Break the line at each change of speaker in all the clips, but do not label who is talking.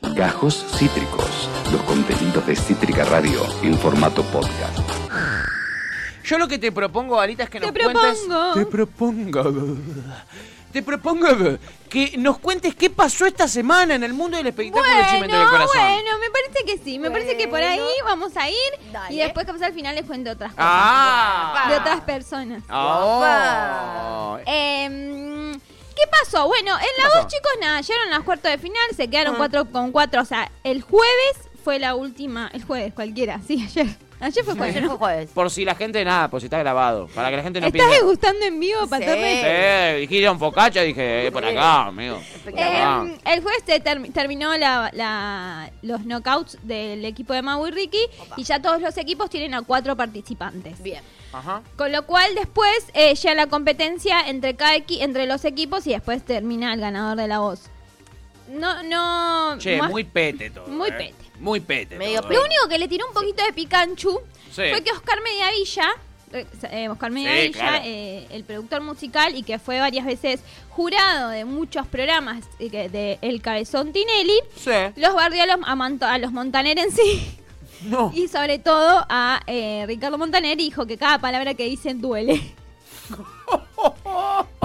Gajos Cítricos, los contenidos de Cítrica Radio en formato podcast.
Yo lo que te propongo, Anita, es que
Te
nos cuentes.
propongo.
Te propongo. Te propongo que nos cuentes qué pasó esta semana en el mundo del espectáculo de Chimento del
Bueno,
Corazón.
bueno, me parece que sí, me parece que por ahí
Bueno.
vamos a ir
Dale.
y después capaz al final les cuento otras cosas.
Ah.
De otras personas.
Ah.
Em, ¿Qué pasó? Bueno, en la
pasó? Ah.
2 chicos nada, llegaron a las cuartos de final, se quedaron 4 con 4, o sea, el jueves fue la última, el jueves cualquiera, sí, ayer. Ayer fue jueves.
Ayer fue
¿no?
jueves.
Por si la gente, nada, por si está grabado. Para que la gente no
¿Estás
piense.
degustando en vivo, Paterre?
Eh, dijeron focacha, dije, eh, por acá, amigo. Por acá.
Eh, el jueves se term- terminó la- la- los knockouts del equipo de Mau y Ricky y ya todos los equipos tienen a cuatro participantes.
Bien.
Ajá.
Con lo cual después eh, ya la competencia entre cada equi- entre los equipos y después termina el ganador de la voz. No, no.
Che,
más-
muy pete todo.
Muy
eh.
pete.
Muy pete.
Medio
todo, eh.
Lo único que le tiró un poquito de picanchu
Sí.
fue que Oscar Mediavilla, eh, eh, Oscar Mediavilla,
claro.
eh, el productor musical y que fue varias veces jurado de muchos programas eh, que- de El Cabezón Tinelli,
Sí.
los bardeó a los, a Manto- a los Montaner en sí.
No.
Y sobre todo a eh, Ricardo Montaner y dijo que cada palabra que dicen duele.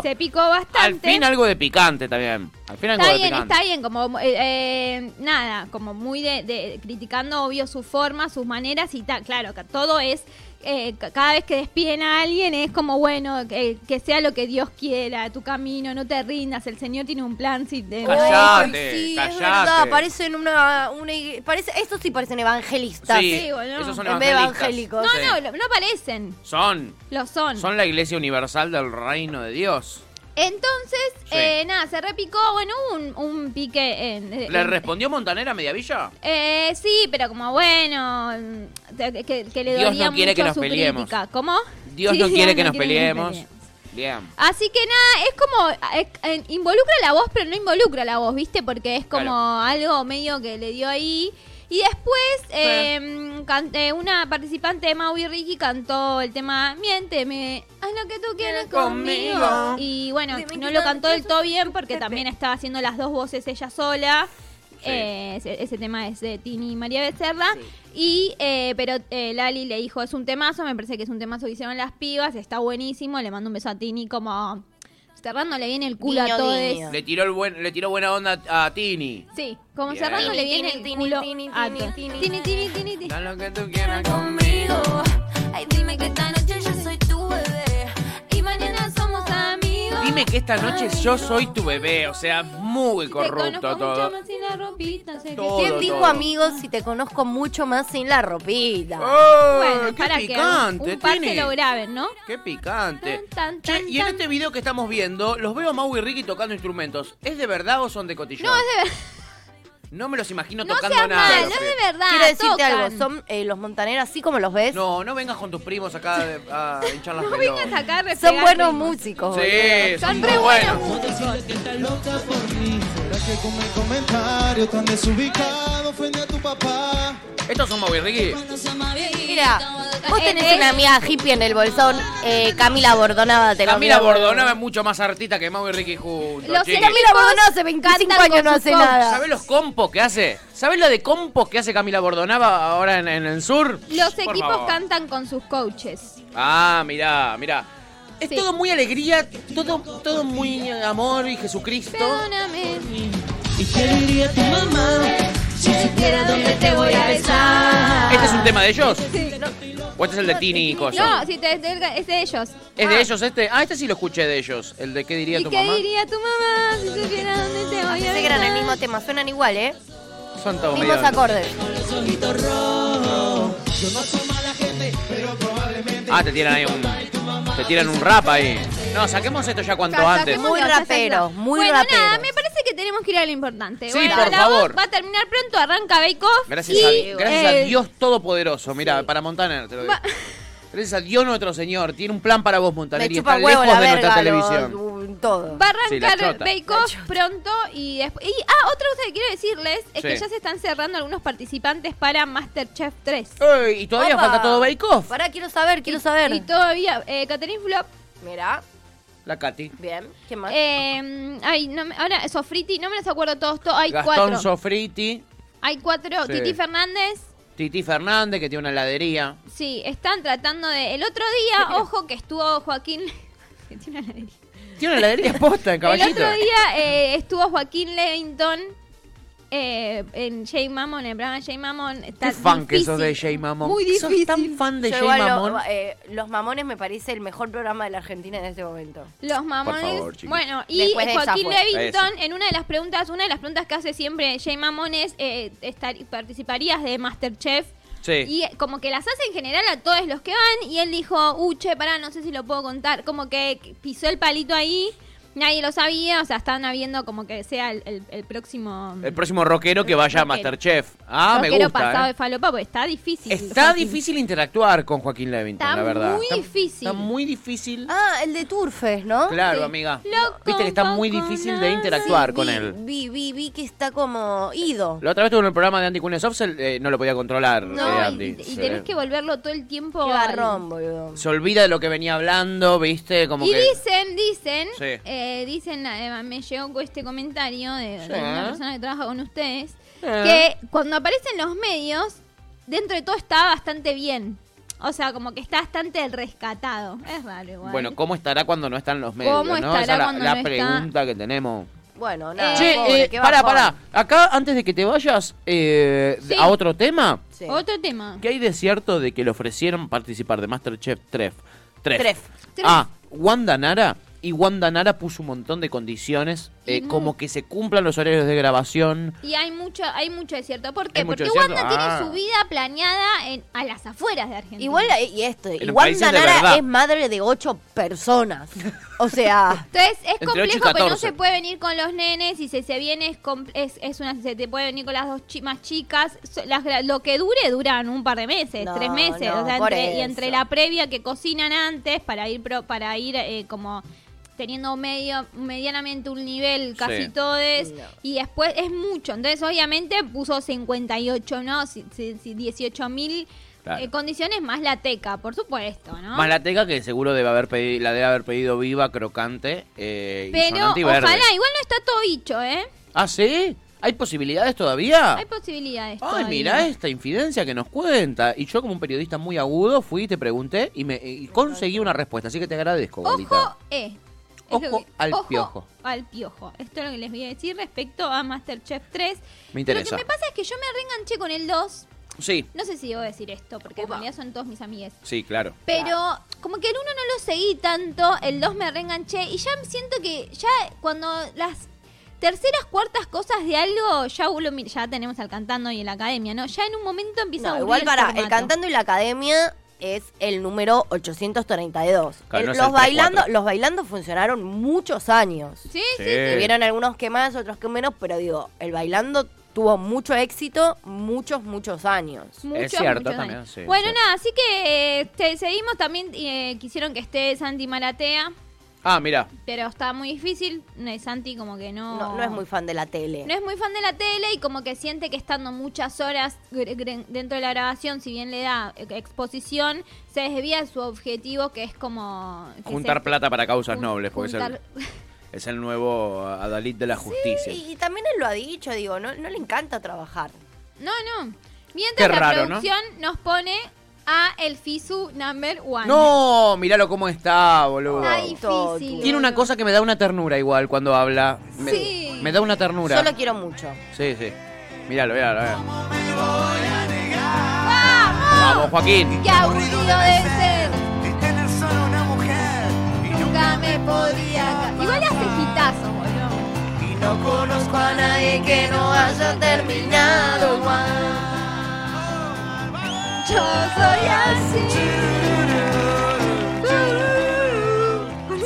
Se picó
Al
bastante.
fin algo de picante también. Al fin algo
Está
de
bien,
picante.
está bien, como eh, eh, nada, como muy de, de- criticando obvio su forma, sus maneras y tal. Claro, que todo es eh, ca- cada vez que despiden a alguien es como bueno que, que sea lo que Dios quiera, tu camino, no te rindas, el Señor tiene un plan. Si te-
Callate,
Ay, sí,
callate.
es verdad, parecen una, una ig- parece, estos sí parecen evangelistas.
Sí,
Sí, boludo.
esos son
En vez de
evangelistas.
evangélicos.
no, no, lo- no parecen,
Son,
lo son.
son la iglesia universal del reino de Dios.
Entonces,
Sí.
eh, nada, se repicó, bueno, hubo un, un pique en...
¿Le
en-
respondió Montanera a Mediavilla?
Eh, sí, pero como bueno, mm, que, que- que le
Dios no
dolía
quiere
mucho
que nos
su
peleemos.
crítica. ¿Cómo?
Dios
Sí,
no quiere
Dios
que nos
quiere
peleemos. Bien.
Así que nada, es como, eh, eh, involucra la voz, pero no involucra la voz, ¿viste? Porque es como
Claro.
algo medio que le dio ahí. Y después, eh, can- eh, una participante de Maui Ricky cantó el tema Miénteme, haz lo que tú quieras
Conmigo.
conmigo. Y bueno,
Eh, Dime
no
que
lo
no
cantó
te
del todo bien porque
Pepe.
también estaba haciendo las dos voces ella sola.
Sí.
Eh, ese, ese tema es de Tini y María Becerra. Y, eh, pero eh, Lali le dijo, es un temazo, me parece que es un temazo que hicieron las pibas, está buenísimo, le mando un beso a Tini como cerrándole bien el culo
Guiño,
a
guiño.
todos.
Le tiró, el buen, le tiró buena onda a a Tini.
Sí, como
Bien.
cerrándole
Tini,
bien el
Tini,
culo
Tini,
a
Tini,
todos.
Tini,
Tini, Tini, Tini, Tini.
Haz lo que tú quieras
conmigo. Ay, dime que esta noche yo soy tu bebé. Y mañana somos amigos.
Dime que esta noche yo soy tu bebé. O sea, muy corrupto todo. Todo,
¿Quién dijo
todo.
amigos si te conozco mucho más sin la ropita?
¡Oh,
Bueno,
¡Qué
para que
picante,
un par
Tini!
se lo graben, ¿no?
¡Qué picante!
Tan, tan,
Che,
tan,
y en
tan.
este video que estamos viendo, los veo a Mau y Ricky tocando instrumentos. ¿Es de verdad o son de cotillón?
No, es de verdad.
No me los imagino
No
tocando
sea
nada.
mal,
los
no es
pibes.
de verdad.
Quiero decirte
Ah, tocan.
algo, son eh, los montaneros así como los ves.
No, no vengas con tus primos acá de- a hinchar las
No
pelotas.
vengas acá a
Son
refregar
buenos
ritmos.
músicos.
Sí,
Son re buenos músicos.
Será que con mi comentario tan desubicado ofende a tu papá.
Estos son Mau y Ricky.
Mira, vos tenés
Eh,
una
eh.
amiga hippie en el bolsón, eh, Camila Bordonaba. Te lo
Camila
miro.
Bordonaba es mucho más artista que Mau y Ricky juntos.
Los
chiqui.
Camila Bordonaba hace
Cantan
25
con
años no
sus
hace
coach.
nada.
¿Sabés los compos que hace? ¿Sabés lo de compos que hace Camila Bordonaba ahora en, en el sur?
Los
Por
equipos
favor.
cantan con sus coaches.
Ah, mirá, mirá. Es
Sí.
todo muy alegría, todo, todo muy amor y Jesucristo.
Perdóname.
¿Y qué diría tu mamá si supiera dónde te voy a besar?
¿Este es un tema de ellos?
Sí.
¿O este es el de Tini y Coso?
No, si te, te- es de ellos.
¿Es
Ah.
de ellos este? Ah, este sí lo escuché de ellos. El de qué diría
¿Y
tu
qué
mamá.
diría tu mamá si supiera dónde te voy a
Pensé que eran el
besar?
mismo tema, suenan igual, ¿eh?
Son todos
Mismos
medio-
acordes.
Ah, te tiran ahí un. Te tiran un rap ahí. No, saquemos esto ya cuanto
Sa-
antes.
saquemos
Muy
la salsa.
rapero, muy
bueno, nada,
rapero.
me parece que tenemos que ir a lo importante.
Sí,
Bueno,
por
la
favor.
voz Va a terminar pronto, arranca Bake Off.
Gracias,
y,
a, Di- gracias
eh,
a Dios Todopoderoso. Mira, para Montaner te lo digo.
Va-
Gracias a Dios nuestro Señor. Tiene un plan para vos, Montaner.
Me
Y está
chupa un huevo
lejos
la
de nuestra
verga,
televisión.
lo- todo.
Va a
Sí, la
arrancar
chota.
Bake Off pronto y después. Y, ah, otra cosa que quiero decirles es que
Sí.
ya se están cerrando algunos participantes para Masterchef 3.
Ey, y todavía
Opa.
falta todo Bake Off.
Pará, quiero saber, quiero saber.
Y todavía, eh, Catherine Flop,
Mirá,
La Katy.
bien. ¿Quién más?
eh, ay, no me- ahora Sofriti, no me los acuerdo todos, to- hay
Gastón
cuatro.
Sofriti.
Hay cuatro.
Sí.
Titi Fernández.
Titi Fernández, que tiene una heladería.
Sí, están tratando de. El otro día, ojo, que estuvo Joaquín. que tiene una heladería.
Tiene una heladería posta en
El
caballito.
otro día eh, estuvo Joaquín Levington eh, en Jay Mamon, en el programa Jay Mamon. Está
Qué fan que sos de
difícil,
Jay Mamón.
Muy difícil.
¿Sos tan fan de
Yo
Jay
igual lo-
Mamón?
eh, Los Mamones me parece el mejor programa de la Argentina en este momento.
Los mamones.
Por favor, chiquis.
bueno, y
Después de esa
Joaquín
fue.
Levington, en una de las preguntas, una de las preguntas que hace siempre Jay Mamón es, eh, estar- ¿participarías de Masterchef?
Sí.
Y eh, como que las hace en general a todos los que van, y él dijo, uh, che, pará, no sé si lo puedo contar. Como que pisó el palito ahí, nadie lo sabía, o sea, estaban habiendo como que sea el, el- el próximo...
El próximo rockero que vaya a
Rockero.
Masterchef. Ah, me
rockero
gusta.
pasado
eh.
de falopa, porque está difícil.
Está
Joaquín.
difícil interactuar con Joaquín Levington,
Está
la verdad.
muy difícil.
Está muy difícil.
Ah, el de Turfes, ¿no?
claro,
sí.
amiga.
Loco,
Viste que está muy
poco,
difícil de
nada.
interactuar con
vi,
él.
Vi, vi, vi que está como ido.
La otra vez estuvo en el programa de Andy Cunes Offsel, eh, no lo podía controlar
No,
eh,
y-
Andy.
y,
Sí.
tenés que volverlo todo el tiempo...
Qué
al-
garrón, boludo.
Se olvida de lo que venía hablando, viste, como
y
que...
dicen, dicen,
Sí.
eh, dicen, eh, me llegó este comentario de, de
Sí.
una persona que trabaja con ustedes,
Ah.
que cuando aparecen los medios, dentro de todo está bastante bien. O sea, como que está bastante rescatado. Es raro igual.
Bueno, ¿cómo estará cuando no están los medios?
¿Cómo
no? Esa es
estará
la,
cuando
la
no está?
pregunta que tenemos.
Bueno, nada.
Che,
pobre,
eh,
qué
pará,
bajón.
pará. Acá, antes de que te vayas eh,
Sí.
a otro tema,
Sí.
Otro tema.
¿qué hay de cierto de que le ofrecieron participar de Masterchef Tref? Tref.
Tref.
Ah, Wanda Nara. Y Wanda Nara puso un montón de condiciones,
Y
eh,
mu-
como que se cumplan los horarios de grabación.
Y hay mucho, hay mucho de cierto. ¿Por qué?
Hay mucho
Porque
de cierto.
Wanda
Ah.
tiene su vida planeada en, a las afueras de Argentina.
Igual, eh, y esto,
En
y
los
Wanda
países de
Nara
verdad.
es madre de ocho personas. O sea,
Entonces es
Entre ocho y
complejo porque no
14.
se puede venir con los nenes y si se viene es, com- es, es una se te puede venir con las dos chi- más chicas. So- las gra- lo que dure duran un par de meses,
No,
tres meses.
no,
o sea,
por
entre- y
eso.
entre la previa que cocinan antes para ir pro- para ir eh, como teniendo medio medianamente un nivel casi
Sí.
todes
No.
y después es mucho entonces obviamente puso 58 no si, si- si 18 mil eh,
Claro.
condiciones más la teca por supuesto no
Más la teca que seguro debe haber pedi- la debe haber pedido viva, crocante eh, y
pero
sonante y verde.
ojalá igual no está todo dicho eh
¿Ah, sí? ¿Hay posibilidades todavía?
Hay posibilidades.
Ah. Ay,
todavía.
mirá esta infidencia que nos cuenta. Y yo como un periodista muy agudo fui y te pregunté y, me, y conseguí una respuesta. Así que te agradezco,
Ojo,
bolita.
eh. Es
Ojo
lo que-
al piojo.
Al piojo. Esto es lo que les voy a decir respecto a Masterchef 3.
Me interesa.
Lo que me pasa es que yo me reenganché con el 2.
Sí,
No sé si debo decir esto, porque en realidad son todos mis amigues.
sí, claro.
Pero como que el 1 no lo seguí tanto, el 2 me reenganché y ya siento que ya cuando las terceras, cuartas cosas de algo, ya lo mir- ya tenemos al cantando y en la academia, ¿no? Ya en un momento empieza a
no,
aburrir
igual
el
para el
formato.
cantando y la academia es el número 832.
Claro,
El-
no es
Eh, los
el 3-4.
bailando, los bailando funcionaron muchos años.
Sí, sí,
Sí.
Tuvieron algunos que más, otros que menos, pero digo, el bailando tuvo mucho éxito muchos, muchos años.
Muchos,
Es cierto
muchos
también,
años.
sí,
bueno,
sí.
nada, así que eh, te seguimos. También eh, quisieron que esté Santi Maratea,
Ah, mira.
pero está muy difícil. No, Santi como que no...
No, no es muy fan de la tele.
No es muy fan de la tele y como que siente que estando muchas horas gre- gre- dentro de la grabación, si bien le da eh, exposición, se desvía de su objetivo que es como... que
Juntar
se-
plata para causas
jun-
nobles, porque es el-
juntar-
es el nuevo Adalid de la justicia.
Y, y también él lo ha dicho, digo, no, no le encanta trabajar.
No, no. Mientras
Qué raro,
la
¿no?
producción nos pone a el Fisu number one.
No, míralo cómo está, boludo.
Está difícil.
Tiene una
boludo.
cosa que me da una ternura igual cuando habla. Me,
Sí.
me da una ternura.
Yo lo quiero mucho.
Sí, sí. Míralo, míralo, míralo. ¡Vamos, Joaquín!
Qué aburrido de ser.
Nunca me podía
Igual hace gitazos, boludo.
Y no conozco a nadie que no haya terminado
Yo soy así.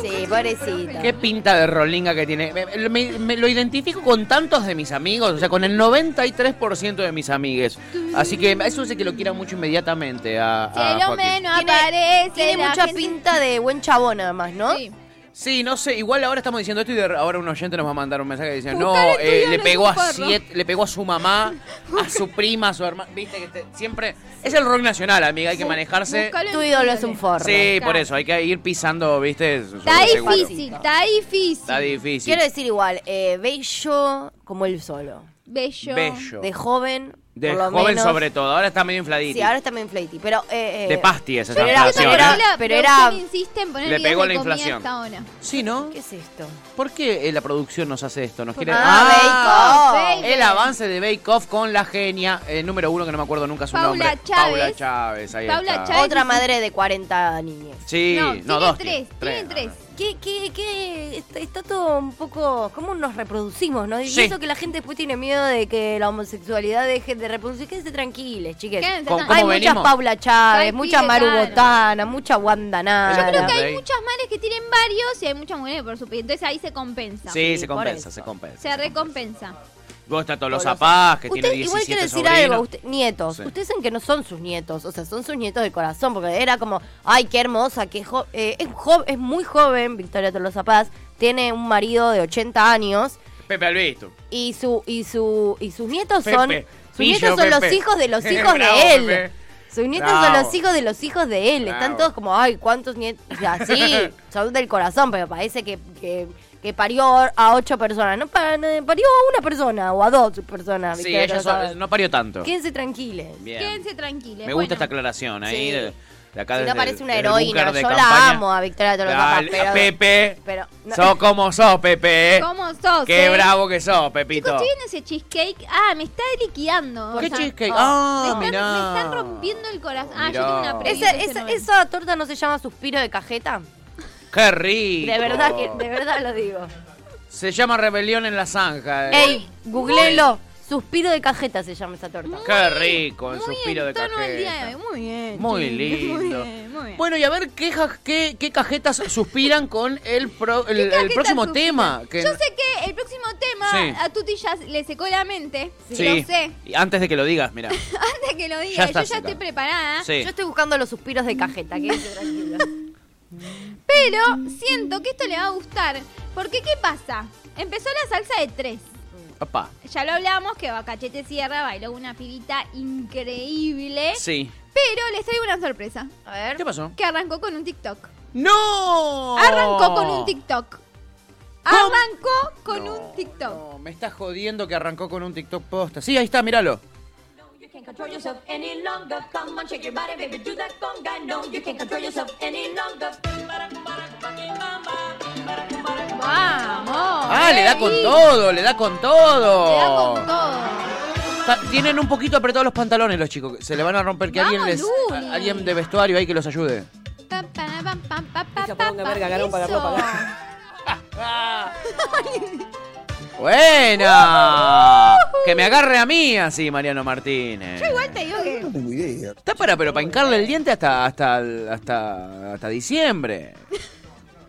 Sí, pobrecito.
Qué pinta de rolinga que tiene. Me, me- me lo identifico con tantos de mis amigos, o sea, con el 93% de mis amigues. Así que eso sé que lo quiera mucho inmediatamente a,
Ah,
a
Cielo
Joaquín.
menos
Tiene-
aparece.
Tiene
la
mucha
gente-
pinta de buen chabón además, ¿no?
Sí.
Sí, no sé, igual ahora estamos diciendo esto y de- ahora un oyente nos va a mandar un mensaje diciendo, no,
Buscar el
eh,
tuyo
le
en un
pegó a
forro".
siete, le pegó a su mamá, a su prima, a su hermana, viste que te- siempre es el rock nacional, amiga, hay que manejarse.
Buscalo en
Tu ídolo es un
Google.
forro.
Sí,
Claro.
por eso, hay que ir pisando, viste, sobre
Está
seguro.
difícil, está difícil.
Está difícil.
Quiero decir igual, eh, bello como él solo.
Bello.
Bello.
De joven.
De
por lo
joven
menos.
sobre todo. Ahora está medio infladito.
Sí, ahora está medio inflated. Pero, eh, eh,
De pasty esa
pero
Pero,
era,
inflación,
pero era-
¿eh?
pero era-
insiste en poner
Le
videos
pegó
de
la
comida
inflación.
hasta ahora.
Sí, ¿no?
¿Qué es esto?
¿Por qué eh, la producción nos hace esto? Nos quiere...
Ah,
Bacon.
bacon.
El avance de Bake Off con la genia eh, número uno, que no me acuerdo nunca su
Paula
nombre.
Chávez.
Paula Chávez. Ahí
Paula
está.
Chávez.
Otra madre de 40 niñas.
Sí,
No,
no,
tiene
dos.
tres, tiene tres.
¿Qué, qué, qué? Está, está todo un poco. ¿Cómo nos reproducimos, no? Y
Sí.
eso que la gente después tiene miedo de que la homosexualidad deje de reproducir. Quédense tranquiles, chiques.
Quédense
Con-
tan-
¿Cómo
Hay
venimos?
muchas Paula
Hay
Chávez, mucha
pibes,
Maru
claro.
Botana, mucha Wanda Nara.
Yo creo que
Ahí.
hay muchas madres que tienen varios y hay muchas mujeres, por supuesto. Entonces ahí se compensa.
Sí,
Sí,
se
por
compensa,
eso.
se compensa.
Se recompensa.
Luego está todos los
Todos los-
zapás, que tiene
Usted, igual
17
quiero decir
sobrinos.
algo, usted- nietos.
Sí.
Ustedes dicen que no son sus nietos, o sea, son sus nietos de corazón, porque era como, ay, qué hermosa, qué jo- eh, es, jo- es muy joven Victoria Tolosa Paz, tiene un marido de 80 años
Pepe Albisto.
y su y su y sus nietos
Pepe,
son sus
pillo,
nietos son los
Pepe.
hijos de los hijos
Bravo,
de él.
Pepe.
Sus nietos son
Bravo.
los hijos de los hijos de él. Están
Bravo.
todos como, ay, cuántos nietos. Así, son del corazón, pero parece que, que, que parió a ocho personas. No, pa- no, parió a una persona o a dos personas.
Sí,
Victoria
ella
Tolosa Paz.
so- no parió tanto.
Quédense tranquiles.
Bien.
Quédense tranquilos.
Me gusta esta
Bueno,
aclaración ahí.
Sí.
De, de acá
Si
desde
no
el-
parece una
del
heroína,
búnker de
yo la
campaña.
amo a Victoria Tolosa Paz,
Dale,
pero,
Pepe,
pero no-
sos como sos, Pepe.
¿Cómo sos?
Qué
eh?
bravo que sos,
Chicos,
Pepito.
estoy viendo ese cheesecake. Ah, me está liquidando.
¿Qué
o sea,
cheesecake?
oh,
Ah,
me, están,
mirá.
me están rompiendo el corazón. Ah,
Mirá.
yo tengo una
Esa,
previsión.
esa, esa torta no se llama suspiro de cajeta.
Qué rico.
De verdad que, de verdad lo digo.
Se llama Rebelión en la Zanja. eh.
Ey, googleenlo. Suspiro de cajeta se llama esa torta.
Qué rico, el
Muy
suspiro de
en tono el día de
cajeta.
hoy. Muy bien.
Muy
chicos,
lindo.
Muy bien, muy bien.
Bueno, y a ver qué, ja- qué, qué cajetas suspiran con el, pro- el, el
cajetas
próximo
suspiran?
tema. Que,
Yo sé que el próximo tema
Sí.
a Tuti ya le secó la mente.
Sí.
Lo sé.
Y Antes de que lo digas, mira.
Antes que lo diga,
Ya
yo ya
está seca.
estoy preparada.
Sí.
Yo estoy buscando los suspiros de cajeta, quédense tranquilos.
Pero siento que esto le va a gustar. Porque, ¿qué pasa? Empezó la salsa de tres.
Papá.
Ya lo hablábamos que Bacachete Sierra bailó una pibita increíble.
Sí.
Pero les traigo una sorpresa.
A ver.
¿Qué pasó?
Que arrancó con un TikTok.
¡No!
Arrancó con un TikTok. Arrancó con
No,
un TikTok.
No, me está jodiendo que arrancó con un TikTok posta. Sí, ahí está, míralo.
You can't control yourself any longer. Come on, shake your body, baby, do that conga. No, you can't control yourself any longer.
¡Vamos!
Ah, le da con
Baby.
todo, le da con todo.
Le da con todo.
Está- Tienen un poquito apretados los pantalones los chicos. Se le van a romper que alguien
Vamos,
les.
Luli.
a- alguien de vestuario ahí que los ayude.
Pam, pam, pam, pam, pam, pam,
Esa poronga,
pam,
verga, garón,
eso.
pagarlo,
¡Buena! Que me agarre a mí así, Mariano Martínez.
Uh-huh. Igual te digo que.
Está para, pero para hincarle el diente hasta, hasta, el- hasta, hasta diciembre.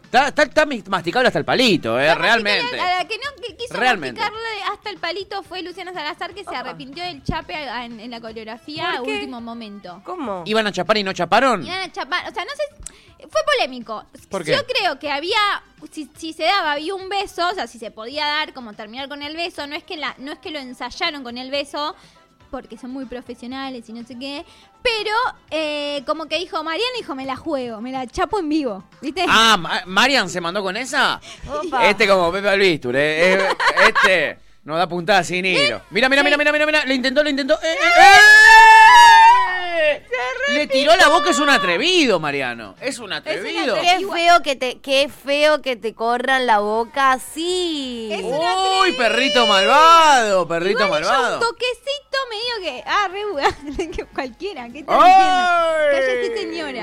Está, está, está mi- masticable hasta el palito, eh,
la
realmente.
masticar- A la que no que quiso
Realmente.
masticarle hasta el palito fue Luciana Salazar que se arrepintió del chape a- a- en, en la coreografía a
¿Por qué?
último momento.
¿Cómo?
¿Iban a chapar y no chaparon?
Y van a chapar, o sea, no sé, fue polémico.
Mm. ¿Por
Yo
qué?
creo que había, si, si se daba, había un beso, o sea, si se podía dar, como terminar con el beso, no es que la, no es que lo ensayaron con el beso, porque son muy profesionales y no sé qué, pero eh, como que dijo, Mariana dijo, me la juego, me la chapo en vivo, ¿viste?
Ah, Ma- Marian se mandó con esa.
Opa.
Este como Pepe Albistur, eh. eh, Este no da puntada sin hilo. Mira, mira, mira, mira, mira, mira. Lo intentó, lo intentó. Eh, eh, eh. Le tiró la boca, es un atrevido, Mariano. Es un atrevido.
Qué feo que te, qué feo que te corran la boca así.
Uy, perrito malvado, perrito
Igual ella
malvado.
Un toquecito medio que. Ah, re buga- que cualquiera, ¿qué tal?
¡Ay!
Cállese, señora.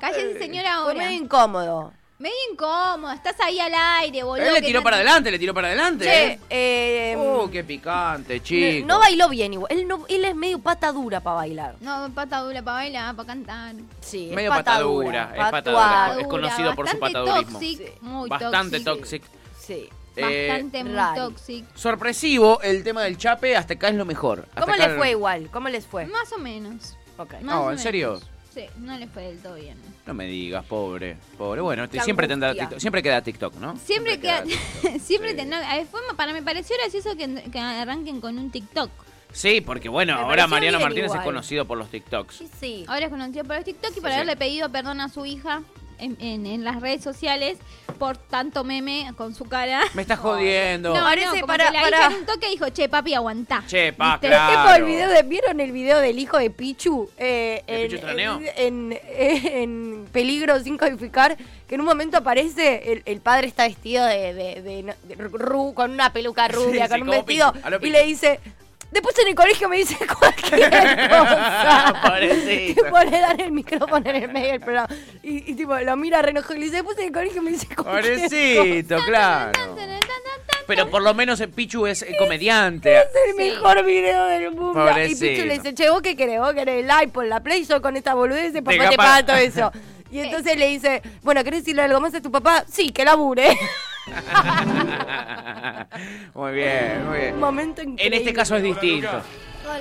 Cállese, señora,
Fue
ahora.
medio incómodo.
Medio incómodo, estás ahí al aire, boludo.
Él le
que
tiró
te-
para adelante, le tiró para adelante.
Che,
eh.
eh,
Uh, qué picante, chico.
no, no bailó bien igual. Él, no, él es medio pata dura para bailar.
No, pata dura para bailar, para cantar.
Sí,
Medio patadura, es patadura.
patua-
Es conocido por su
bastante
patadurismo.
toxic,
Sí.
muy
Bastante
toxic.
tóxico.
Sí.
Eh,
Bastante muy
raro.
toxic.
Sorpresivo el tema del chape, hasta acá es lo mejor. Hasta
¿Cómo
acá
les fue igual? ¿Cómo les fue?
Más o menos.
Ok.
más
No,
o
¿en serio?
Sí, no le fue del todo bien.
No me digas, pobre, pobre. Bueno, te-
Qué
siempre tendrá
angustia.
TikTok- siempre queda TikTok, ¿no?
Siempre queda,
TikTok,
siempre
sí.
tendrá, eh, fue- para me pareció gracioso que, que arranquen con un TikTok.
Sí, porque bueno,
Me
ahora
pareció
Mariano
bien
Martínez
igual.
es conocido por los TikToks.
Sí, sí.
Ahora es conocido por los TikTok y por
Sí,
haberle
sí.
pedido perdón a su hija en, en- en las redes sociales por tanto meme con su cara.
Me estás jodiendo.
No,
Parece
no, como
para-
que la hija
para-
en un toque dijo, che, papi, aguantá.
Che, pa, Ah,
¿Viste?
claro.
Es como el video de, ¿Vieron el video del hijo de Pichu? Eh,
¿De
en,
Pichu Traneo?
en- eh, en Peligro sin codificar, que en un momento aparece, el, el padre está vestido de, de- de- de ru- con una peluca rubia,
sí,
con un
como
vestido,
Pichu, a lo
y
Pichu.
le dice... Después en el colegio me dice cualquier cosa.
Pobrecito.
Tipo, le dan el micrófono en el medio del programa. Y, y tipo, lo mira re enojado y le dice, después en el colegio me dice cualquier cosa.
Pobrecito, claro. Pero por lo menos eh, Pichu es eh, comediante.
Es el mejor video del mundo.
Pobrecito.
Y Pichu le dice, che, vos qué querés, vos querés el iPod, la Play, yo con esta boludez de papá
Deja
te
pa-
paga todo eso. Y entonces le dice, bueno, ¿querés decirle algo más a tu papá? Sí, que labure.
muy bien, muy
Un
bien.
momento increíble.
En este caso es distinto.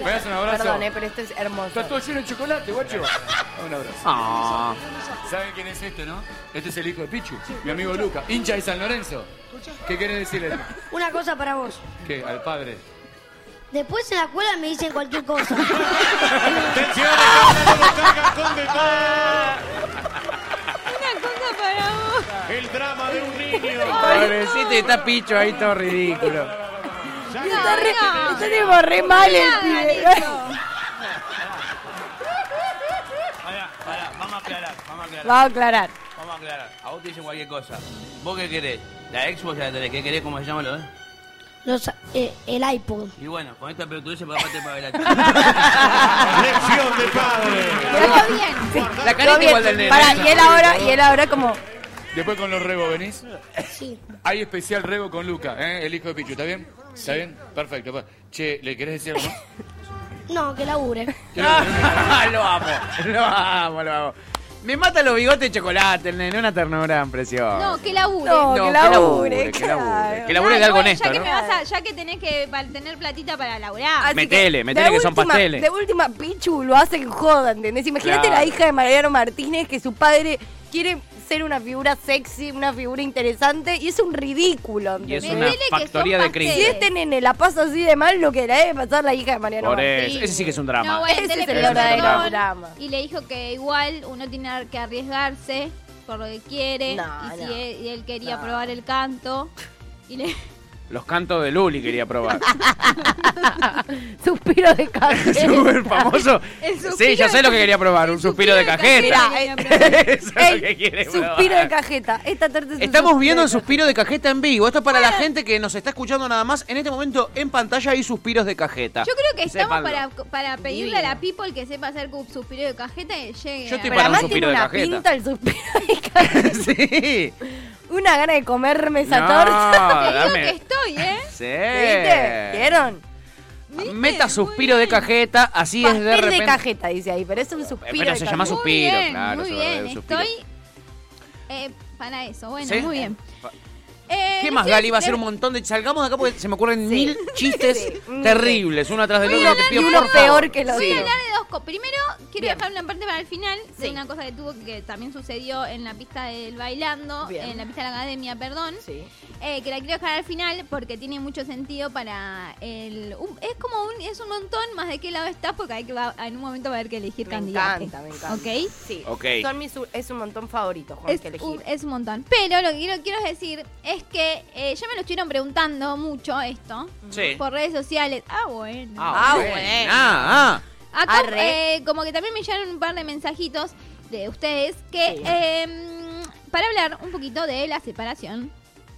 ¿Me das un abrazo?
Perdón, eh, pero esto es hermoso.
Está todo lleno de chocolate, guacho. Un abrazo.
Ah.
¿Saben quién es este, no? Este es el hijo de Pichu, mi amigo Luca, hincha de San Lorenzo. ¿Qué querés decirle?
Una cosa para vos.
¿Qué? Al padre.
Después en la escuela me dicen cualquier cosa.
Atención, acá lo cargan con de todo.
Una cosa para vos.
El drama de un niño.
Pobrecito, y está Pichu ahí todo ridículo.
Está re,
No,
está tipo re mal el
no hagan
pibe.
eso.
Pará, pará, vamos a aclarar, vamos a aclarar,
Vamos a aclarar.
vamos a aclarar. A vos te dicen cualquier cosa. ¿Vos qué querés? La ex vos ya la tenés, ¿qué querés? ¿Cómo se llama lo eh?
Los, eh, el iPod.
Y bueno, con esta pelotudez se puede partir para adelante.
Lección de padre.
Todo bien.
La
Todo
carita
bien.
igual del nene.
Pará, y él ahora, y él ahora como,
Después con los Rebo venís.
Sí.
Hay especial Rebo con Luca, ¿eh? el hijo de Pichu, ¿está bien? ¿Está bien? Perfecto. pa. Che, ¿le querés decir algo? más?
No, que labure.
Ah, lo amo, lo amo, lo amo. Me mata los bigotes de chocolate, el nene, una ternura preciosa.
No, que labure.
No, que labure,
que labure.
claro.
Ah. Que labure de algo
Bueno,
honesto,
ya que
¿no?
me vas a- ya que tenés que pa- tener platita para laburar.
Así
Metele,
que,
metele
de
que son
última-
pasteles.
De última, Pichu lo hace en joda, ¿entendés? Imagínate
Claro.
la hija de Mariano Martínez que su padre quiere ser una figura sexy, una figura interesante y es un ridículo,
Y es
¿entendés?
una
Metele que son
factoría de
pasteles.
Si
cringe.
este nene la pasa así de mal, lo que le debe pasar la hija de Mariano
Por
Martínez.
eso, ese sí que es un drama.
No, bueno,
Ese
él le
es el
pidió
verdadero
perdón
drama.
Y le dijo que igual uno tiene que arriesgarse por lo que quiere.
No,
y, si
no.
él, y él quería probar el canto. Y le,
Los cantos de Luli quería probar.
Suspiro de
Súper
cajeta.
famoso.
El suspiro
Sí, ya sé
de-
lo que quería probar, un suspiro de cajeta.
Mirá, eh,
Eso es lo
Ey,
que quiere
eh, suspiro
probar.
de cajeta. Esta tarde es un
Estamos
suspiro
viendo
de
el suspiro de cajeta en vivo. Esto es para la gente que nos está escuchando nada más. En este momento en pantalla hay suspiros de cajeta.
yo creo que estamos
Sépanlo.
para, para pedirle a la people que sepa hacer un suspiro de cajeta y llegue.
Yo estoy
a-
Pero
para un
además
suspiro
tiene
de
una
cajeta.
pinta el suspiro de cajeta.
sí.
Una gana de comerme esa
No,
torta.
Te digo
dame.
que estoy, ¿eh?
Sí.
¿Viste? ¿Vieron?
¿Viste?
Meta
Muy
suspiro de
bien.
cajeta, así es
Pastel
de
de,
repente.
cajeta, dice ahí, pero es un
Eh,
suspiro.
Pero
de
se llama
Muy
cajeta.
suspiro,
bien,
claro.
Muy
se llama
bien,
suspiro.
estoy eh, para eso. Bueno,
¿Sí?
muy bien.
Pa-
Eh,
¿Qué más,
sí,
Gali? Va a
de-
ser un montón de. Salgamos de acá porque se me ocurren mil chistes
Sí.
terribles, uno atrás del otro. Te pido,
Y uno
por favor.
peor que lo
Voy a
otro.
hablar de dos cosas. Primero, quiero
Bien.
dejar una parte para el final de
Sí.
una cosa que tuvo que también sucedió en la pista del bailando,
Bien.
en la pista de la academia, perdón.
Sí.
Eh, que la quiero dejar al final porque tiene mucho sentido para el. un- es como un. Es un montón más de qué lado estás porque hay que va- en un momento va a haber que elegir
Me
candidato.
encanta, me encanta.
¿Ok?
Sí.
Ok.
Son mis, es un montón favorito, Juan,
Es
que elegir.
un, es un montón. Pero lo que quiero, quiero decir es que eh, ya me lo estuvieron preguntando mucho esto
Sí.
por redes sociales. Ah, bueno.
Ah,
Ah,
bueno.
bueno.
Ah, ah.
Acá,
Arre.
eh, como que también me llegaron un par de mensajitos de ustedes que
Sí.
eh, para hablar un poquito de la separación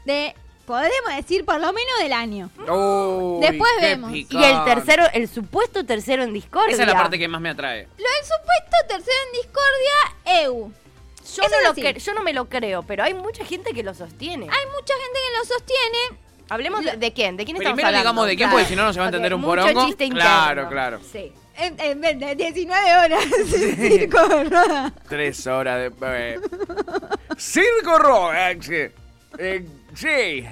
de podemos decir por lo menos del año.
Uy,
Después
qué
vemos. Y
Y el
picante.
tercero, el supuesto tercero en Discord.
Esa es la parte que más me atrae.
Lo del supuesto tercero en discordia, EU. Eso
Yo no, lo
sí.
cre- yo no me lo creo, pero hay mucha gente que lo sostiene.
Hay mucha gente que lo sostiene.
Hablemos de, de quién, de quién
Primero
estamos hablando.
digamos de quién,
Claro.
porque si no, no se va a
Ok,
entender un
mucho
porongo.
chiste
Claro,
interno.
claro.
Sí.
En, en vez de 19 horas sin circo de rueda.
Tres horas de. eh, Circo Rock. Eh, eh, Sí,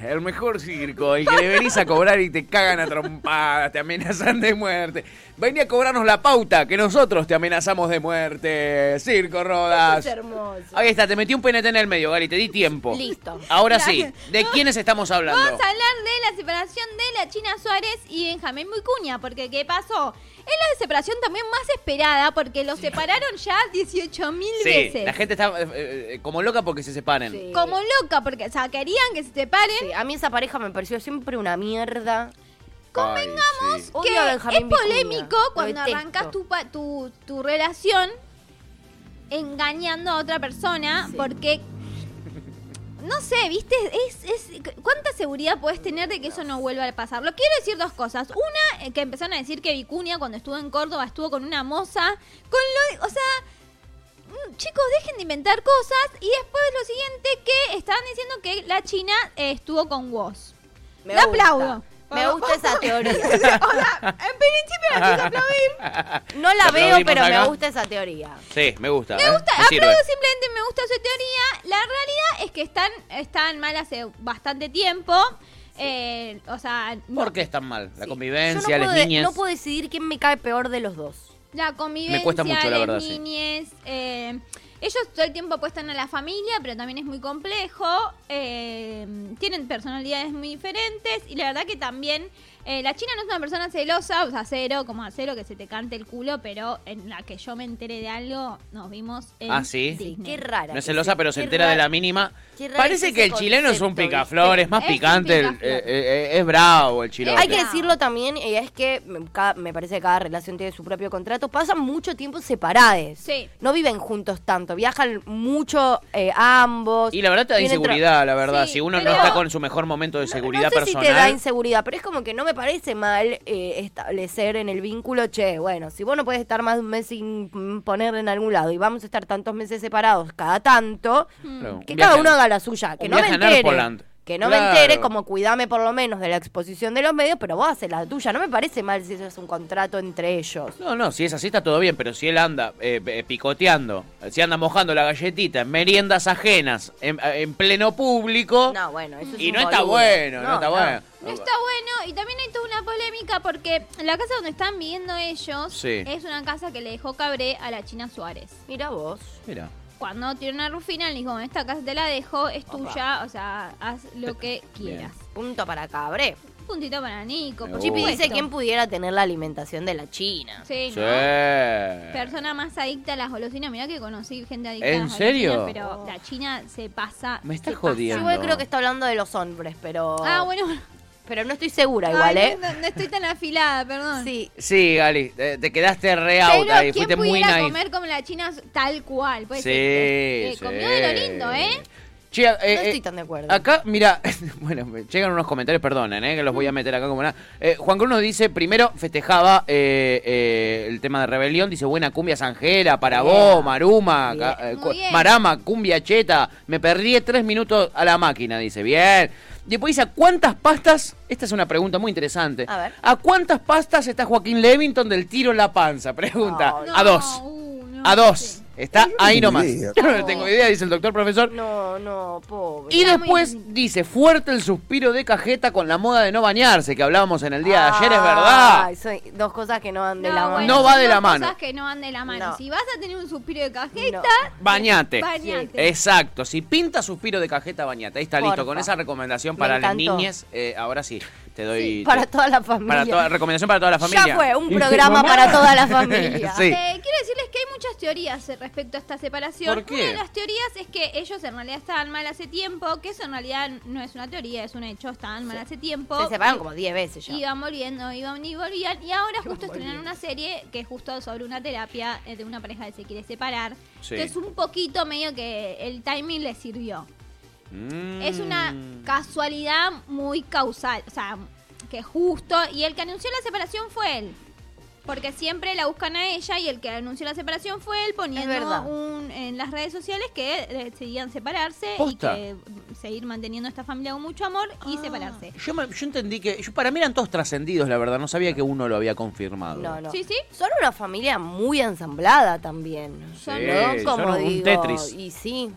el mejor circo, el que le venís a cobrar y te cagan a trompadas, te amenazan de muerte. Vení a cobrarnos la pauta, que nosotros te amenazamos de muerte. Circo Rodas.
Es hermoso.
Ahí está, te metí un penete en el medio, Gali, te di tiempo.
Listo.
Ahora sí, ¿de quiénes estamos hablando?
Vamos a hablar de la separación de la China Suárez y Benjamín Vicuña, porque ¿qué pasó? Es la separación también más esperada, porque los separaron ya 18 mil
Sí,
veces.
la gente está eh, eh, como loca porque se separen.
Como loca, porque o sea, querían que se separen.
a mí esa pareja me pareció siempre una mierda.
Convengamos
Odio
que
a
es
Benjamín Vicuña.
polémico
Lo
cuando
detesto.
arrancas tu, pa- tu, tu relación engañando a otra persona porque no sé, ¿viste? Es, es- ¿Cuánta seguridad puedes tener de que eso no vuelva a pasar? Lo quiero decir dos cosas. Una, eh, que empezaron a decir que Vicuña cuando estuvo en Córdoba estuvo con una moza. Con lo, o sea, mm, chicos, dejen de inventar cosas. Y después lo siguiente, que estaban diciendo que la China eh, estuvo con vos.
Me
la
gusta.
aplaudo.
Me gusta esa teoría.
En principio la quiero aplaudir.
No la veo,
Aplaudimos
pero
acá.
me gusta esa teoría.
Sí, me gusta.
Me
¿eh?
gusta,
Me sirve.
aplaudo simplemente, me gusta su teoría. La realidad es que están, están mal hace bastante tiempo. Eh, o sea, no-
¿Por qué están mal? La
Yo
convivencia, las
puedo de-
niñas.
no puedo decidir quién me cae peor de los dos.
la convivencia,
Me cuesta mucho, la
las
verdad, sí.
niñez, eh, ellos todo el tiempo apuestan a la familia, pero también es muy complejo. eh, tienen personalidades muy diferentes y la verdad que también eh, la China no es una persona celosa, o sea, cero, como a cero que se te cante el culo, pero en la que yo me enteré de algo, nos vimos en
Ah, ¿sí? Sí,
Disney.
qué rara.
No es celosa, pero se
Qué
entera de
raro.
la mínima.
Qué raro
Parece
es
que
ese
el chileno es un
concepto,
picaflor,
¿viste?
es más
Es un
picante. el-
picaflor.
eh, eh, eh, es bravo el chileno.
Hay que decirlo también, y es que me- ca- me parece que cada relación tiene su propio contrato. Pasan mucho tiempo separadas.
Sí.
No viven juntos tanto. Viajan mucho eh, ambos.
Y la verdad te da
Tienen tra-
inseguridad, la verdad.
Sí,
si uno no
pero-
está con su mejor momento de seguridad
no sé
personal.
si te da inseguridad, pero es como que no me parece mal eh, establecer en el vínculo, che, bueno, si vos no puedes estar más de un mes sin mm, poner en algún lado y vamos a estar tantos meses separados cada tanto,
Claro,
que
un
cada
viaje-
uno haga la suya, que
un
no me
viaje a
entere.
Narcoland.
Que no me
Claro.
entere, como cuidame por lo menos de la exposición de los medios, pero vos haces la tuya. No me parece mal si eso es un contrato entre ellos.
No, no, si es así está todo bien, pero si él anda eh, eh, picoteando, si anda mojando la galletita en meriendas ajenas, en, eh, en pleno público,
No, bueno, eso es
y
un
no está
boludo.
bueno, no,
No,
está
no.
bueno.
No está bueno y también hay toda una polémica porque la casa donde están viviendo ellos
Sí.
es una casa que le dejó Cabré a la China Suárez.
Mira vos.
Mira.
Cuando tiene una Rufina le dijo, esta casa te la dejo, es tuya, o sea, haz lo que quieras.
Punto para Cabré.
Puntito para Nico. por
Chipi
supuesto.
dice quién pudiera tener la alimentación de la China.
Sí,
Sí.
¿no? Persona más adicta a las golosinas. Mirá que conocí gente adicta a
¿En
las
serio?
golosinas, pero la China se pasa.
Me está
se pasa.
jodiendo.
Yo creo que está hablando de los hombres, pero.
Ah, bueno.
Pero no estoy segura
Ay,
igual, ¿eh?
no, no- no estoy tan afilada, perdón.
Sí.
Sí, Gali, te, te quedaste re
Pero
out ahí,
¿quién
fuiste muy
pudiera
nice.
comer como la china tal cual? Pues,
Sí,
eh, eh,
sí.
Comió de lo lindo, ¿eh?
Che, eh, eh,
no estoy tan de acuerdo.
Acá, mira, bueno, me llegan unos comentarios, perdonen, eh, que los
Mm.
voy a meter acá como nada. Eh, Juan Cruz nos dice, primero festejaba eh, eh, el tema de rebelión, dice buena cumbia sanjera, para
Bien.
vos, Maruma,
Bien.
ca- eh,
Muy
cu-
bien.
Marama, cumbia cheta, me perdí tres minutos a la máquina, dice, bien. Después dice, ¿a cuántas pastas? Esta es una pregunta muy interesante.
A ver.
¿A cuántas pastas está Joaquín Levington del tiro en la panza? Pregunta.
Ay.
a dos.
uh, no.
a dos. Está ahí nomás.
idea.
No tengo idea, dice el doctor profesor.
No, no, pobre.
Y
Era muy
después dice, fuerte el suspiro de cajeta con la moda de no bañarse, que hablábamos en el día de ayer, es verdad.
Ay, son dos cosas que no van de
No,
la mano.
bueno,
No va
son
de la
dos
mano.
cosas que no van de la mano.
No.
Si vas a tener un suspiro de cajeta,
Bañate.
bañate.
Exacto, si pinta suspiro de cajeta, bañate. Ahí está listo,
Porfa.
con esa recomendación
Me
para las
encantó.
niñas. eh, ahora sí, te doy... te-
Para toda la familia.
para toda- recomendación para toda la familia.
Ya fue, un programa para toda la familia.
Sí.
Eh, quiero decirles que hay muchas teorías eh, respecto a esta separación.
¿Por qué?
Una de las teorías es que ellos en realidad estaban mal hace tiempo, que eso en realidad no es una teoría, es un hecho, estaban mal hace tiempo.
Se separaron como 10 veces ya.
Iban volviendo, iban y volvían. Y ahora justo estrenaron una serie que es justo sobre una terapia eh, de una pareja que se quiere separar.
Sí.
Entonces un poquito medio que el timing les sirvió.
Mm.
Es una casualidad muy causal, o sea, que justo. Y el que anunció la separación fue él. Porque siempre la buscan a ella y el que anunció la separación fue él
Es
poniendo
verdad.
un- en las redes sociales que eh, decidían separarse
Posta. Ah.
y que mm, seguir manteniendo esta familia con mucho amor y separarse.
Yo, me- yo entendí que... yo- para mí eran todos trascendidos, la verdad. No sabía que uno lo había confirmado.
No, no.
Sí, sí.
Son una familia muy ensamblada también.
Son-
¿no?
Sí,
Como
son un
digo,
Tetris.
Y sí.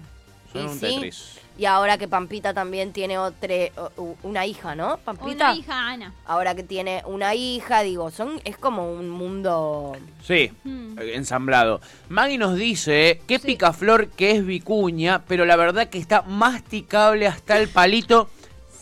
Son
Y
un
sí.
Tetris.
Y ahora que Pampita también tiene otra, una hija, ¿no? Pampita.
Una hija Ana.
Ahora que tiene una hija, digo, son es como un mundo...
Sí,
Hmm.
Mm.
eh, ensamblado. Maggie nos dice que picaflor que es vicuña, pero la verdad que está masticable hasta el palito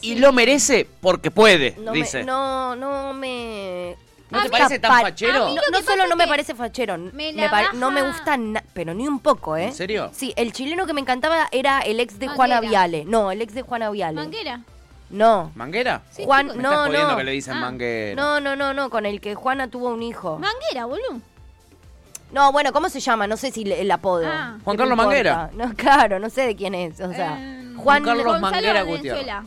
y lo merece porque puede,
No
dice.
me... No, no me...
Ah,
¿No te parece tan
Escapar-
fachero? A mí
ah, No,
lo
no solo no me parece fachero,
me
me
la
pare- no me
baja-
gusta na- pero ni un poco, ¿eh?
¿En serio?
Sí, el chileno que me encantaba era el ex de Juana
Manguera.
Viale. No, el ex de Juana Viale.
Manguera.
No.
¿Manguera?
Sí, Juan-
Me
no,
estás jodiendo
no.
que le dicen manguera.
No, no, no, no, con el que Juana tuvo un hijo.
Manguera, boludo.
No, bueno, ¿cómo se llama? No sé si le- el apodo.
Ah.
Juan
¿Qué me
Carlos
importa?
Manguera.
No, claro, no sé de quién es. O sea,
Eh,
Juan,
Carlos Gonzalo Manguera Gutiérrez.
Valenzuela.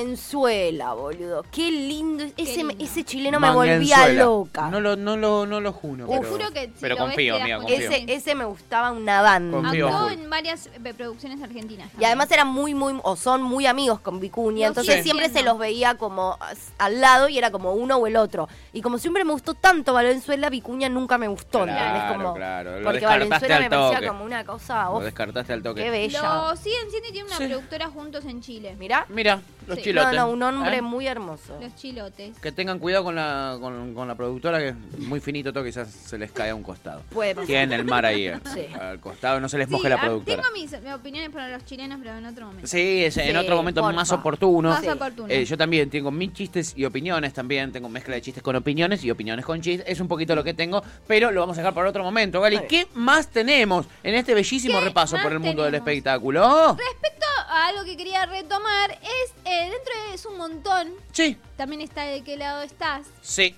Valenzuela, boludo. Qué lindo. Ese, ese chileno me volvía
Manguenzuela.
loca.
No lo, no lo, no lo juro.
Te
pero
juro que si
pero
lo ves
confío,
te das
amiga,
cuenta.
confío.
Ese, ese me gustaba una banda.
Confío a
Actuó
full.
en varias eh, producciones argentinas.
Y además eran muy, muy, o son muy amigos con Vicuña,
Lo
entonces
siguen
siempre se
siendo.
los veía como as- al lado y era como uno o el otro. Y como siempre me gustó tanto Valenzuela, Vicuña nunca me gustó. ¿entendés?
Claro,
Como-
claro, lo
Porque
descartaste
Valenzuela
al
me parecía
toque.
como una cosa,
Lo
oh,
descartaste al toque.
qué bella.
Lo siguen siendo y tienen una productora juntos en Chile.
Mirá,
Mira, los
Sí.
chilotes.
No, no, un hombre
¿Eh?
muy hermoso.
Los chilotes.
Que tengan cuidado con la, con, con la productora, que es muy finito todo, quizás se les cae a un costado.
Puede pasar.
Tienen el mar ahí eh,
Sí.
al costado, no se les
Sí,
moje la
ah,
productora.
Tengo mis, mis opiniones para los chilenos, pero en otro momento.
Sí, es en
Sí,
otro momento
porfa.
más oportuno.
Más Sí. oportuno.
Eh, yo también tengo mis chistes y opiniones también. Tengo mezcla de chistes con opiniones y opiniones con chistes. Es un poquito lo que tengo, pero lo vamos a dejar para otro momento. Gali,
Vale.
¿qué más tenemos en este bellísimo
¿Qué
repaso
más
por el mundo del
tenemos?
espectáculo?
Respecto a algo que quería retomar, es eh, dentro de es un montón,
Sí,
también está de qué lado estás,
sí.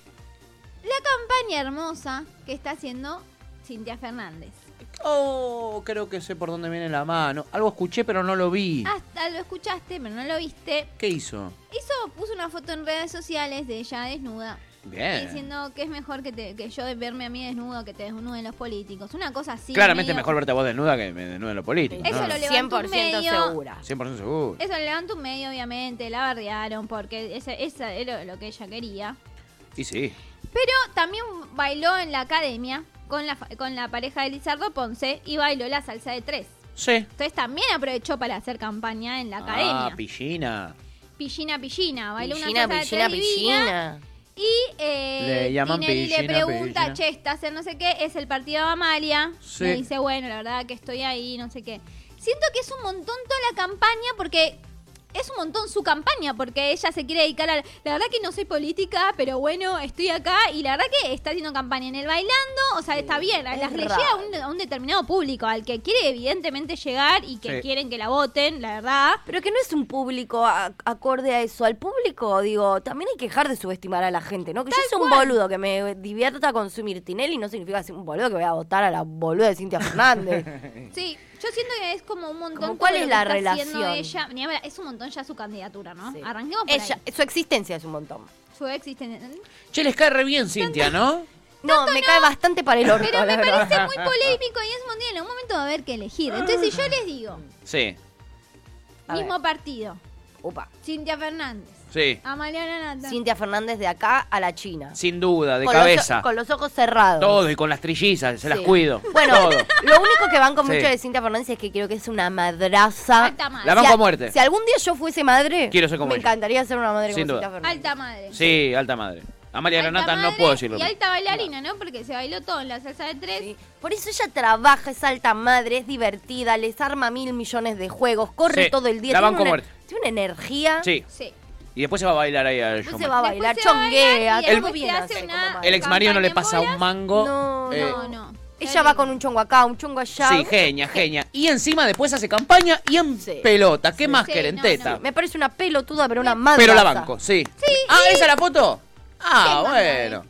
la campaña hermosa que está haciendo Cintia Fernández.
Oh, creo que sé por dónde viene la mano. Algo escuché, pero no lo vi.
Hasta lo escuchaste, pero no lo viste.
¿Qué hizo?
Hizo, puso una foto en redes sociales de ella desnuda.
Bien.
Diciendo que es mejor que, te- que yo de verme a mí desnudo que te desnuden los políticos. Una cosa así.
Claramente es
medio-
mejor verte a vos desnuda que me desnuda en lo político.
Eso
¿no?
lo levantó un
100%
medio.
segura.
100% seguro.
Eso le levantó un medio, obviamente. La bardearon porque esa, esa era lo que ella quería.
Y sí.
Pero también bailó en la academia con la, fa- con la pareja de Lizardo Ponce y bailó la salsa de tres.
Sí.
Entonces también aprovechó para hacer campaña en la
Ah,
academia.
piscina.
Pillina, pillina. Bailó
Pillina,
una salsa
pillina,
de tres divina.
pillina.
Y eh,
Le llaman
Tinelli le
pillina,
pregunta,
pillina.
che, estás en no sé qué, es el partido de Amalia.
Sí.
Me dice, bueno, la verdad que estoy ahí, no sé qué. Siento que es un montón toda la campaña porque es un montón su campaña porque ella se quiere dedicar a... La verdad que no soy política, pero bueno, estoy acá y la verdad que está haciendo campaña en el bailando, o sea, está bien, las le llega a un, a un determinado público, al que quiere evidentemente llegar y que
Sí.
quieren que la voten, la verdad.
Pero que no es un público a- acorde a eso. Al público, digo, también hay que dejar de subestimar a la gente, ¿no? Que yo soy un boludo que me divierta consumir Tinelli no significa ser un boludo que voy a votar a la boluda de Cintia Fernández.
Sí, yo siento que es como un montón.
Como,
todo
¿cuál
lo
es
que
la
está haciendo
relación?
Ella, Ni hablar, es un montón ya su candidatura, ¿no?
Sí.
Ah, Arranquemos por
Ella,
ahí.
su existencia es un montón.
Su existencia.
Che, les cae re bien, Cintia, ¿no?
No, me cae bastante para el orto,
Pero me
la verdad.
parece muy polémico y es mundial. En un momento va a haber que elegir. Entonces, si yo les digo,
Sí,
A
mismo partido,
Upa.
Cintia Fernández,
sí.
Amalia Granata.
Cintia Fernández de acá a la China.
Sin duda, de
con
cabeza.
Los, o- con los ojos cerrados.
Todo y con las trillizas, se las
Sí.
cuido.
Bueno,
Todo.
lo único que van con
Sí.
mucho de Cintia Fernández es que creo que es una madraza.
Alta madre.
La
Si
banco
a-
a muerte.
Si algún día yo fuese madre,
Quiero ser como
me
ella.
encantaría ser una madre
Sin
como
duda.
Cintia Fernández.
Alta madre.
Sí, alta madre. Amalia
Alta
Granata no
madre
puedo decirlo.
Y alta bailarina, ¿no? Porque se bailó todo en la salsa de tres.
Por eso ella trabaja, es alta madre, es divertida, les arma mil millones de juegos, corre
Sí,
todo el día.
la
tiene
banco
una-
muerte.
Tiene una energía.
Sí.
Sí.
Y después se va a bailar ahí al
Después
showman.
se va a bailar,
Después se va a bailar
chonguea,
y
todo
después
bien
se
hace
hace
como
una-
madre.
El ex marido no le
Campaña en
pasa un
bolas.
mango.
No,
Eh,
No, no.
Ella va con un chongo acá, un chongo allá.
Sí, genia, genia. Y encima después hace campaña y en
Sí.
pelota. ¿Qué más
Sí,
quieren?
no,
Teta.
no.
Me parece una pelotuda, pero una madre.
Pero la banco, sí. ah, ¿esa es la foto? Ah, bueno.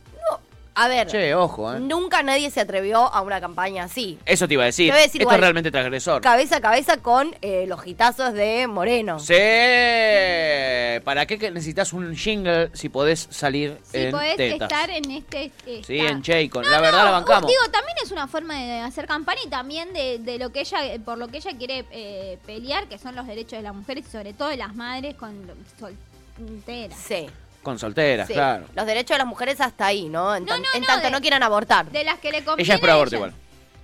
A ver,
Che, ojo, ¿eh?
nunca nadie se atrevió a una campaña así.
Eso te iba a decir.
Te voy a decir
Esto
igual.
es realmente transgresor.
Cabeza a cabeza con eh, los gitazos de Moreno.
Sí. ¿Para qué que necesitas un jingle si podés salir
Si
en
podés
tetas?
estar en este. esta-
Sí, en Chaycon.
No,
la verdad
no, uh,
la bancamos.
Digo, también es una forma de hacer campaña y también de, de lo que ella, por lo que ella quiere eh, pelear, que son los derechos de las mujeres y sobre todo de las madres con lo- solteras.
Sí.
Con solteras,
sí.
claro.
Los derechos de las mujeres hasta ahí, ¿no? En,
No,
tan-
no,
en
no,
tanto
de-
no quieran abortar.
De las que le conviene.
Ella es pro aborto
a
igual.
ellas.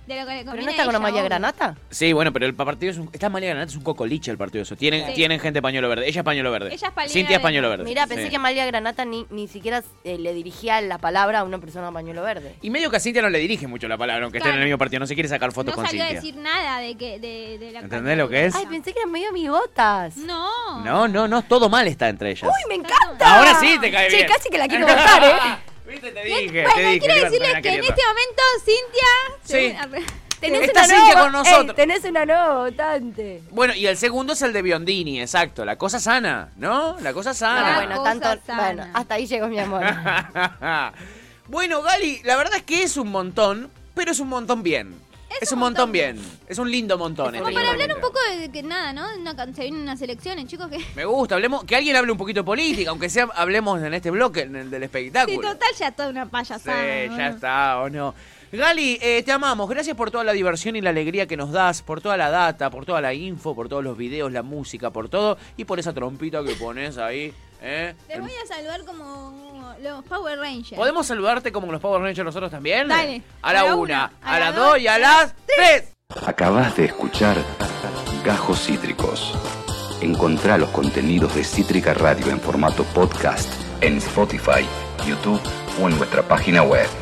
de lo que le
¿Pero
conviene
no está
a
con
ella,
Amalia
obvio.
Granata?
Sí, bueno, pero el partido es un. Está Amalia Granata, es un cocoliche el partido. Eso. Tienen,
Sí.
tienen gente pañuelo verde. Ella es pañuelo verde.
Ella
Cintia es pañuelo verde.
Mira, pensé
Sí.
que Amalia Granata ni, ni siquiera eh, le dirigía la palabra a una persona de pañuelo verde.
Y medio que a Cintia no le dirige mucho la palabra, aunque esté en
Claro.
el mismo partido. No se quiere sacar fotos
No
con
salió a
Cintia.
decir nada de que de, de la
¿Entendés lo que es?
Ay, pensé que eran medio amigotas.
No.
No, no, no. Todo mal está entre ellas.
Uy, me encanta.
Ahora sí te cae
Che,
bien.
casi que la quiero votar, ¿eh?
Viste, te
dije.
Bueno,
te dije,
quiero
que iba a
decirles
terminar
que en
queriendo.
este momento Cintia...
Sí.
Tenés
Está
una
Cintia
nueva-
con nosotros.
Ey, tenés una nueva votante.
Bueno, y el segundo es el de Biondini, exacto. La cosa sana, ¿no? La cosa
Ah,
sana.
bueno, tanto. Bueno, hasta ahí llegó mi amor.
bueno, Gali, la verdad es que es un montón, pero es un montón bien. Es, un montón, bien. Es un lindo montón.
Como
este lindo
para hablar un
montón.
poco de que nada, ¿no? Una can- se vienen unas elecciones, chicos, que...
Me gusta, hablemos, que alguien hable un poquito de política, aunque sea hablemos en este bloque, en el del
Sí,
espectáculo.
total, ya toda una payasada.
Sí,
¿no?
ya está, o no. Gali, eh, te amamos. Gracias por toda la diversión y la alegría que nos das, por toda la data, por toda la info, por todos los videos, la música, por todo, y por esa trompita que pones ahí. ¿eh?
Te voy a saludar como los Power Rangers.
¿Podemos saludarte como los Power Rangers nosotros también?
Dale.
A la una, a las dos y a las tres.
Acabas de escuchar Gajos Cítricos. Encontrá los contenidos de Cítrica Radio en formato podcast en Spotify, YouTube o en nuestra página web.